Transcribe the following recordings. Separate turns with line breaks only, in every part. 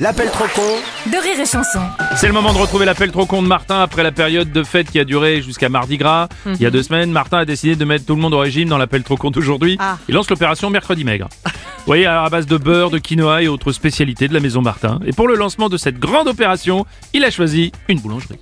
L'appel trop con
de rire et chanson.
C'est le moment de retrouver l'appel trop con de Martin après la période de fête qui a duré jusqu'à mardi gras. Il y a
Mhm.
deux semaines, Martin a décidé de mettre tout le monde au régime dans l'appel trop con d'aujourd'hui.
Ah.
Il lance l'opération mercredi maigre. Vous voyez, à base de beurre, de quinoa et autres spécialités de la maison Martin. Et pour le lancement de cette grande opération, il a choisi une boulangerie.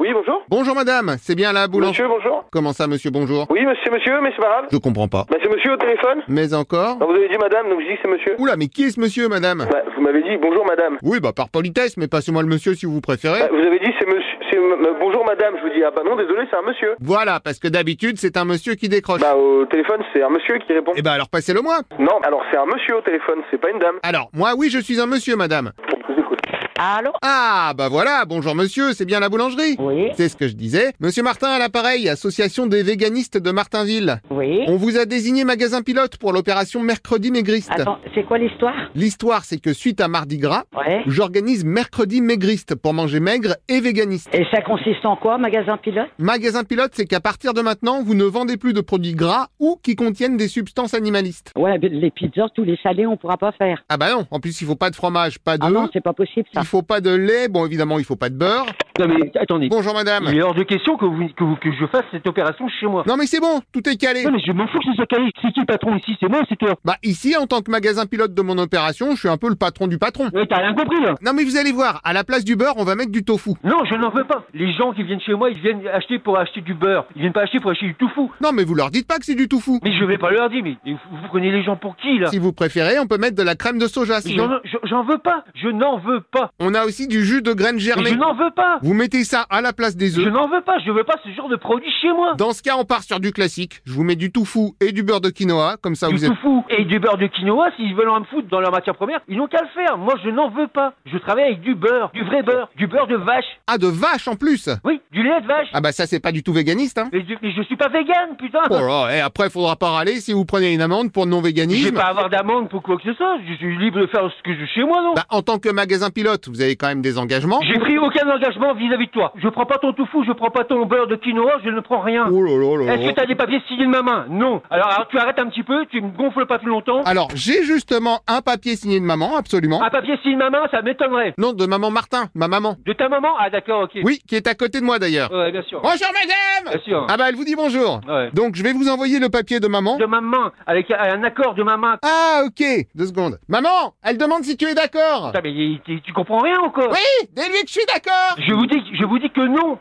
Oui, bonjour.
Bonjour madame, c'est bien la boulangerie.
Monsieur, bonjour.
Comment ça monsieur, bonjour
Oui, monsieur, monsieur, mais c'est pas grave.
Je comprends pas.
Bah, c'est monsieur au téléphone.
Mais encore
Non, vous avez dit madame, donc je dis que c'est monsieur.
Oula, mais qui est ce monsieur madame
Bah, vous m'avez dit bonjour madame.
Oui, bah par politesse, mais passez-moi le monsieur si vous préférez.
Bah, vous avez dit c'est monsieur, c'est m- m- bonjour madame. Je vous dis, ah bah non, désolé, c'est un monsieur.
Voilà, parce que d'habitude, c'est un monsieur qui décroche.
Bah, au téléphone, c'est un monsieur qui répond.
Eh bah alors passez-le moi.
Non, alors c'est un monsieur au téléphone, c'est pas une dame.
Alors, moi oui, je suis un monsieur madame.
Je vous écoute.
Allô
Ah, bah voilà, bonjour monsieur, c'est bien la boulangerie
Oui,
C'est ce que je disais. Monsieur Martin à l'appareil, association des véganistes de Martinville.
oui.
On vous a désigné magasin pilote pour l'opération Mercredi Maigriste.
Attends, c'est quoi l'histoire
L'histoire, c'est que suite à Mardi Gras,
Ouais.
j'organise Mercredi Maigriste pour manger maigre et véganiste.
Et ça consiste en quoi, magasin pilote
Magasin pilote, c'est qu'à partir de maintenant, vous ne vendez plus de produits gras ou qui contiennent des substances animalistes.
Ouais, mais les pizzas, tous les salés, on pourra pas faire.
Ah bah non, en plus, il faut pas de fromage, pas
Ah
d'œufs,
non, c'est pas possible ça.
il faut pas de lait, bon évidemment, il faut pas de beurre.
Non mais attendez,
Bonjour madame.
il est hors de question que, vous, que, vous- que je fasse cette opération chez moi.
Non mais c'est bon, tout est calé.
Non mais je m'en fous que ce soit calé. C'est qui le patron ici C'est moi ou c'est toi
Bah ici, en tant que magasin pilote de mon opération, je suis un peu le patron du patron.
Ouais, Euh, t'as rien compris là
Non mais vous allez voir, à la place du beurre, on va mettre du tofu.
Non, je n'en veux pas. Les gens qui viennent chez moi, ils viennent acheter pour acheter du beurre. Ils viennent pas acheter pour acheter du tofu.
Non mais vous leur dites pas que c'est du tofu.
Mais je vais pas leur dire, mais mais vous, vous prenez les gens pour qui là
Si vous préférez, on peut mettre de la crème de soja
Mais
sinon.
J'en je- j'en veux pas. Je n'en veux pas.
On a aussi du jus de graines
Mais
germées.
je n'en veux pas.
Vous mettez ça à la place des
Je
œufs.
n'en veux pas. Je veux pas ce genre de produit chez moi.
Dans ce cas, on part sur du classique. Je vous mets du tofu et du beurre de quinoa, comme ça
Du
vous êtes...
tofu et du beurre de quinoa, s'ils veulent en me foutre dans leur matière première, ils n'ont qu'à le faire. Moi, je n'en veux pas. Je travaille avec du beurre, du vrai beurre, du beurre de vache.
Ah, de vache en plus
Oui, du lait de vache.
Ah bah ça, c'est pas du tout véganiste, hein
Mais, je- mais je suis pas vegan, putain.
Oh là, et après, faudra pas râler si vous prenez une amende pour
je vais
non-véganisme.
pas avoir d'amende pour quoi que ce soit. Je suis libre de faire ce que je veux chez moi, non
Bah, en tant que magasin pilote, vous avez quand même des engagements.
J'ai pris aucun engagement vis-à-vis de toi. Je prends pas ton tofu, je prends pas ton beurre de quinoa, je ne prends rien.
Oh là là là
Est-ce
là.
que t'as des papiers signés de ma main Non. Alors, alors, tu arrêtes un petit peu, tu me gonfles pas plus longtemps.
Alors, j'ai justement un papier signé de maman, absolument.
Un papier signé de ma main, ça m'étonnerait.
Non, de maman Martin, ma maman.
De ta maman Ah d'accord, ok.
Oui, Oh. qui est à côté de moi d'ailleurs.
Ouais, bien sûr.
Bonjour madame
Bien sûr.
Ah bah elle vous dit bonjour.
Ouais.
Donc je vais vous envoyer le papier de maman.
de ma main, avec un- un accord de ma main.
Ah ok, deux secondes. Maman, elle demande si tu es d'accord.
Putain, mais il- tu, tu comprends rien encore
Oui, dis-lui que je suis d'accord.
Je vous dis, je vous dis que non.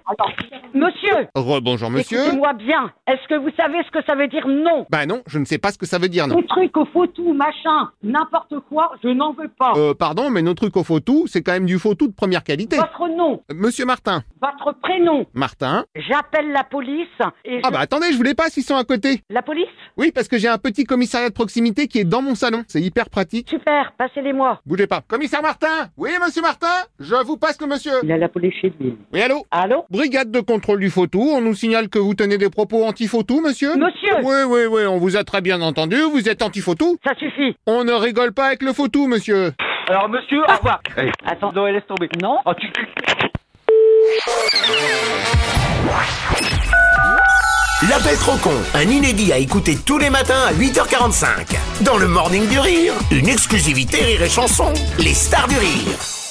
Monsieur,
Rebonjour monsieur.
écoutez-moi bien. Est-ce que vous savez ce que ça veut dire non
Bah non, je ne sais pas ce que ça veut dire non.
Les trucs au faux tout, machin, n'importe quoi, je n'en veux pas.
Euh, pardon, mais nos trucs au faux tout, c'est quand même du faux tout de première qualité. Euh,
Votre nom,
Monsieur Martin.
votre prénom.
Martin.
J'appelle la police et
Ah
je-
bah attendez, je voulais pas s'ils sont à côté.
La police
Oui, parce que j'ai un petit commissariat de proximité qui est dans mon salon. C'est hyper pratique.
Super, passez-les-moi.
Bougez pas. Commissaire Martin Oui, monsieur Martin Je vous passe le monsieur.
Il a la police chez lui.
Oui, allô
Allô
Brigade de contrôle du fautou, on nous signale que vous tenez des propos anti-fautou, monsieur
Monsieur
Oui, oui, oui, on vous a très bien entendu, vous êtes anti-fautou.
Ça suffit.
On ne rigole pas avec le fautou, monsieur.
Alors monsieur, au revoir.
Attends.
Non, laisse tomber.
Non
Oh, tu- tu-
L'appel trop con, un inédit à écouter tous les matins à 8h45. Dans le Morning du Rire, une exclusivité Rire et Chanson, les stars du rire.